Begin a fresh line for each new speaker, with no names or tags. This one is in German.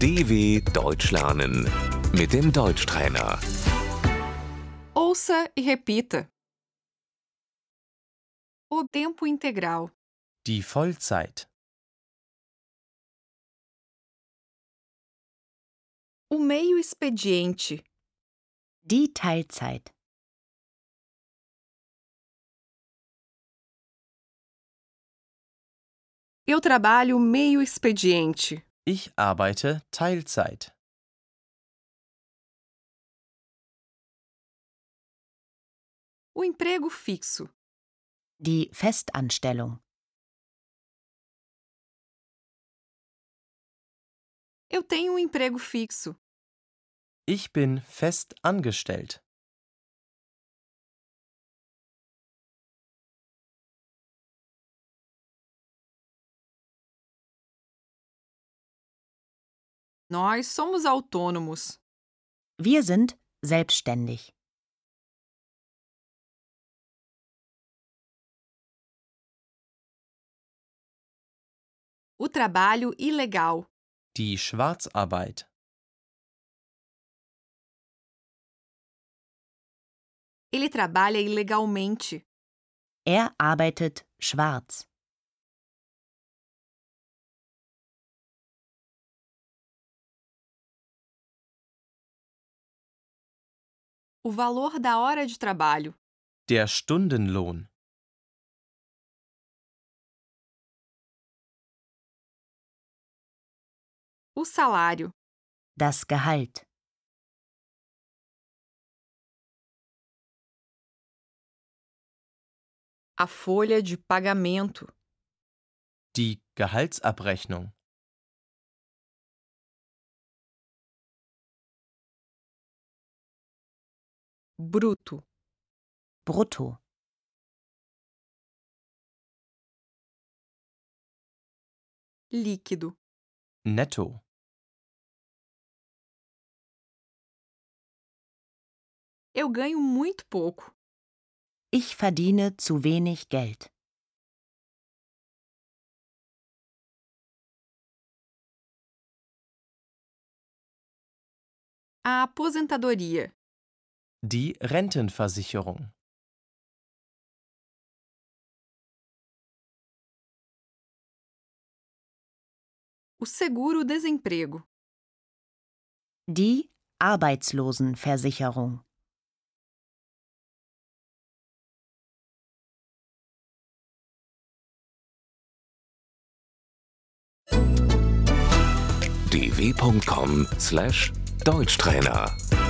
DW Deutsch lernen mit dem Deutschtrainer.
Ouça e repita. O tempo integral,
Die Vollzeit.
o meio expediente,
Die Teilzeit.
eu trabalho meio expediente,
Ich arbeite Teilzeit.
o emprego fixo,
Die Festanstellung.
eu tenho um emprego fixo,
Ich bin fest angestellt.
nós somos autônomos,
Wir sind selbstständig.
o trabalho ilegal,
Die Schwarzarbeit.
ele trabalha ilegalmente,
Er arbeitet schwarz.
o valor da hora de trabalho,
Der Stundenlohn.
o salário,
Das Gehalt.
a folha de pagamento,
Die Gehaltsabrechnung.
bruto,
Brutto.
líquido,
Netto.
eu ganho muito pouco.
Ich verdiene zu wenig Geld.
A aposentadoria,
Die Rentenversicherung.
o seguro-desemprego.
Die Arbeitslosenversicherung.
dw.com/deutschtrainer